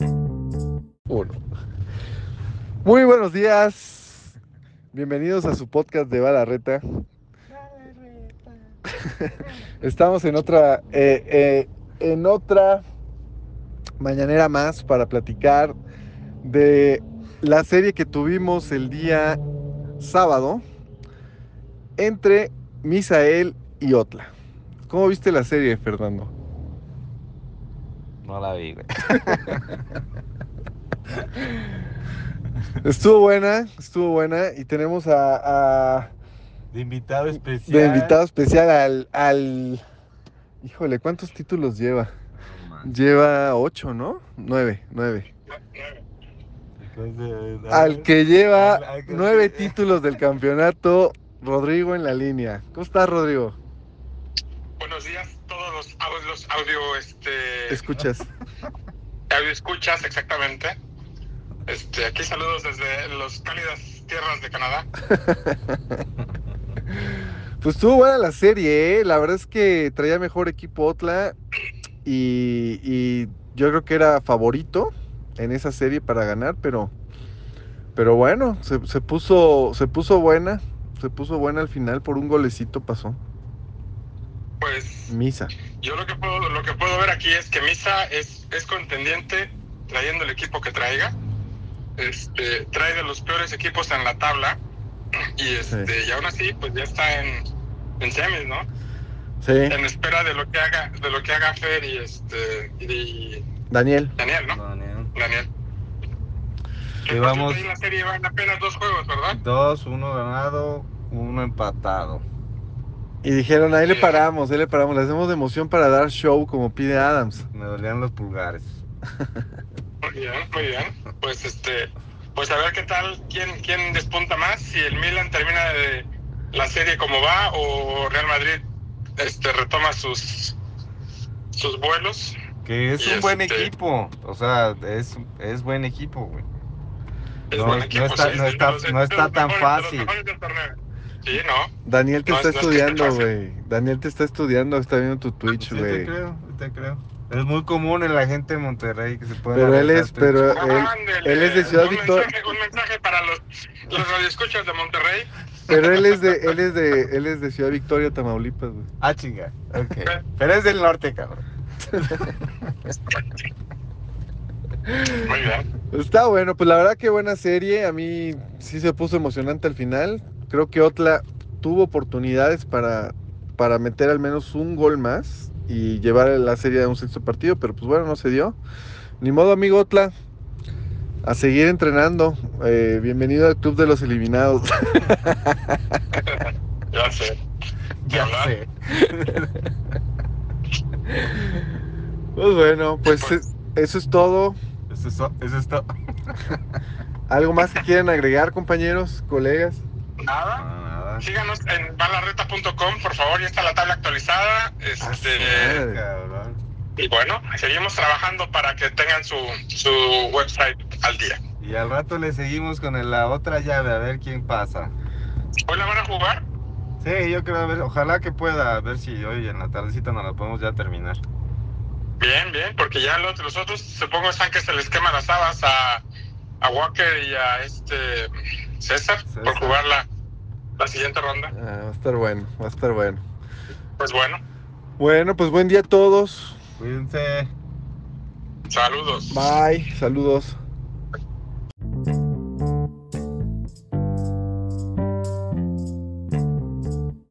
Uno. Muy buenos días. Bienvenidos a su podcast de Balarreta. Estamos en otra, eh, eh, en otra mañanera más para platicar de la serie que tuvimos el día sábado entre Misael y Otla. ¿Cómo viste la serie, Fernando? No la vi, güey. Estuvo buena, estuvo buena y tenemos a, a- De invitado especial. de invitado especial al, al... Híjole, ¿cuántos títulos lleva? No manches, Lleva ocho, ¿no? Nueve, nueve. chicos, de verdad. Al que lleva Al- al que- nueve títulos del campeonato, Rodrigo en la línea. ¿Cómo estás, Rodrigo? Buenos días todos los, au- los audio, este, Escuchas. audio escuchas exactamente. Este, aquí saludos desde las cálidas tierras de Canadá. Pues estuvo buena la serie, ¿eh? La verdad es que traía mejor equipo Otla y, y yo creo que era favorito en esa serie para ganar, pero, pero bueno, se, se puso, se puso buena, se puso buena al final, por un golecito pasó. Pues Misa. yo lo que puedo, lo que puedo ver aquí es que Misa es, es contendiente trayendo el equipo que traiga. Este, trae de los peores equipos en la tabla. Y este, y aún así, pues ya está en, en semis, ¿no? Sí. En espera de lo que haga, de lo que haga Fer y este y Daniel. Daniel, ¿no? Daniel. Daniel. Que vamos- Ahí en la serie van apenas dos juegos, ¿verdad? Dos, uno ganado, uno empatado. Y dijeron, ahí le paramos, ahí le paramos, le hacemos de emoción para dar show como pide Adams. Me dolían los pulgares. Muy bien, muy bien. Pues este, pues a ver qué tal, quién, quién despunta más, si el Milan termina de la serie como va o Real Madrid este retoma sus sus vuelos. Que es Y un buen este- equipo. O sea, es, es buen equipo, güey. Es No, buen no equipo, está- sí, es no de está- los- es no de está los tan mejores, de los fácil. mejores del torneo. Sí, no. Daniel te No, está no es que esté estudiando, fácil. güey. Daniel te está estudiando, está viendo tu Twitch, Sí, te güey. creo, sí te creo. Es muy común en la gente de Monterrey que se puede. Pero él es- pero- Él- Ándele. él es de Ciudad un Victoria. mensaje- un mensaje para los, los radioescuchas de Monterrey. Pero él es de, él es de, él es de Ciudad Victoria, Tamaulipas, güey. Ah, chinga. Ok. Pero es del norte, cabrón. Muy bien. Está bueno, pues la verdad que buena serie. A mí sí se puso emocionante al final. Creo que Otla tuvo oportunidades para, para meter al menos un gol más y llevar la serie a un sexto partido, pero pues bueno, no se dio. Ni modo, amigo Otla. A seguir entrenando. Eh, bienvenido al Club de los Eliminados. Ya sé. Ya Hola. sé. Pues bueno, pues eh, eso es todo. Eso es, eso es todo. ¿Algo más que quieran agregar, compañeros, colegas? Nada. No, nada. Síganos en balarreta.com, por favor, ya está la tabla actualizada. Ah, su Este, madre. Cabrón. y bueno, seguimos trabajando para que tengan su, su website al día. Y al rato le seguimos con el- la otra llave, a ver quién pasa. ¿Hoy la van a jugar? Sí, yo creo, a ver, ojalá que pueda, a ver si hoy en la tardecita nos la podemos ya terminar. Bien, bien, porque ya los, los otros supongo están que se les quema las habas a, a Walker y a este César, por César. jugar la, la siguiente ronda. Ah, va a estar bueno, va a estar bueno. Pues bueno, Bueno, pues buen día a todos. Cuídense. saludos. Bye, saludos.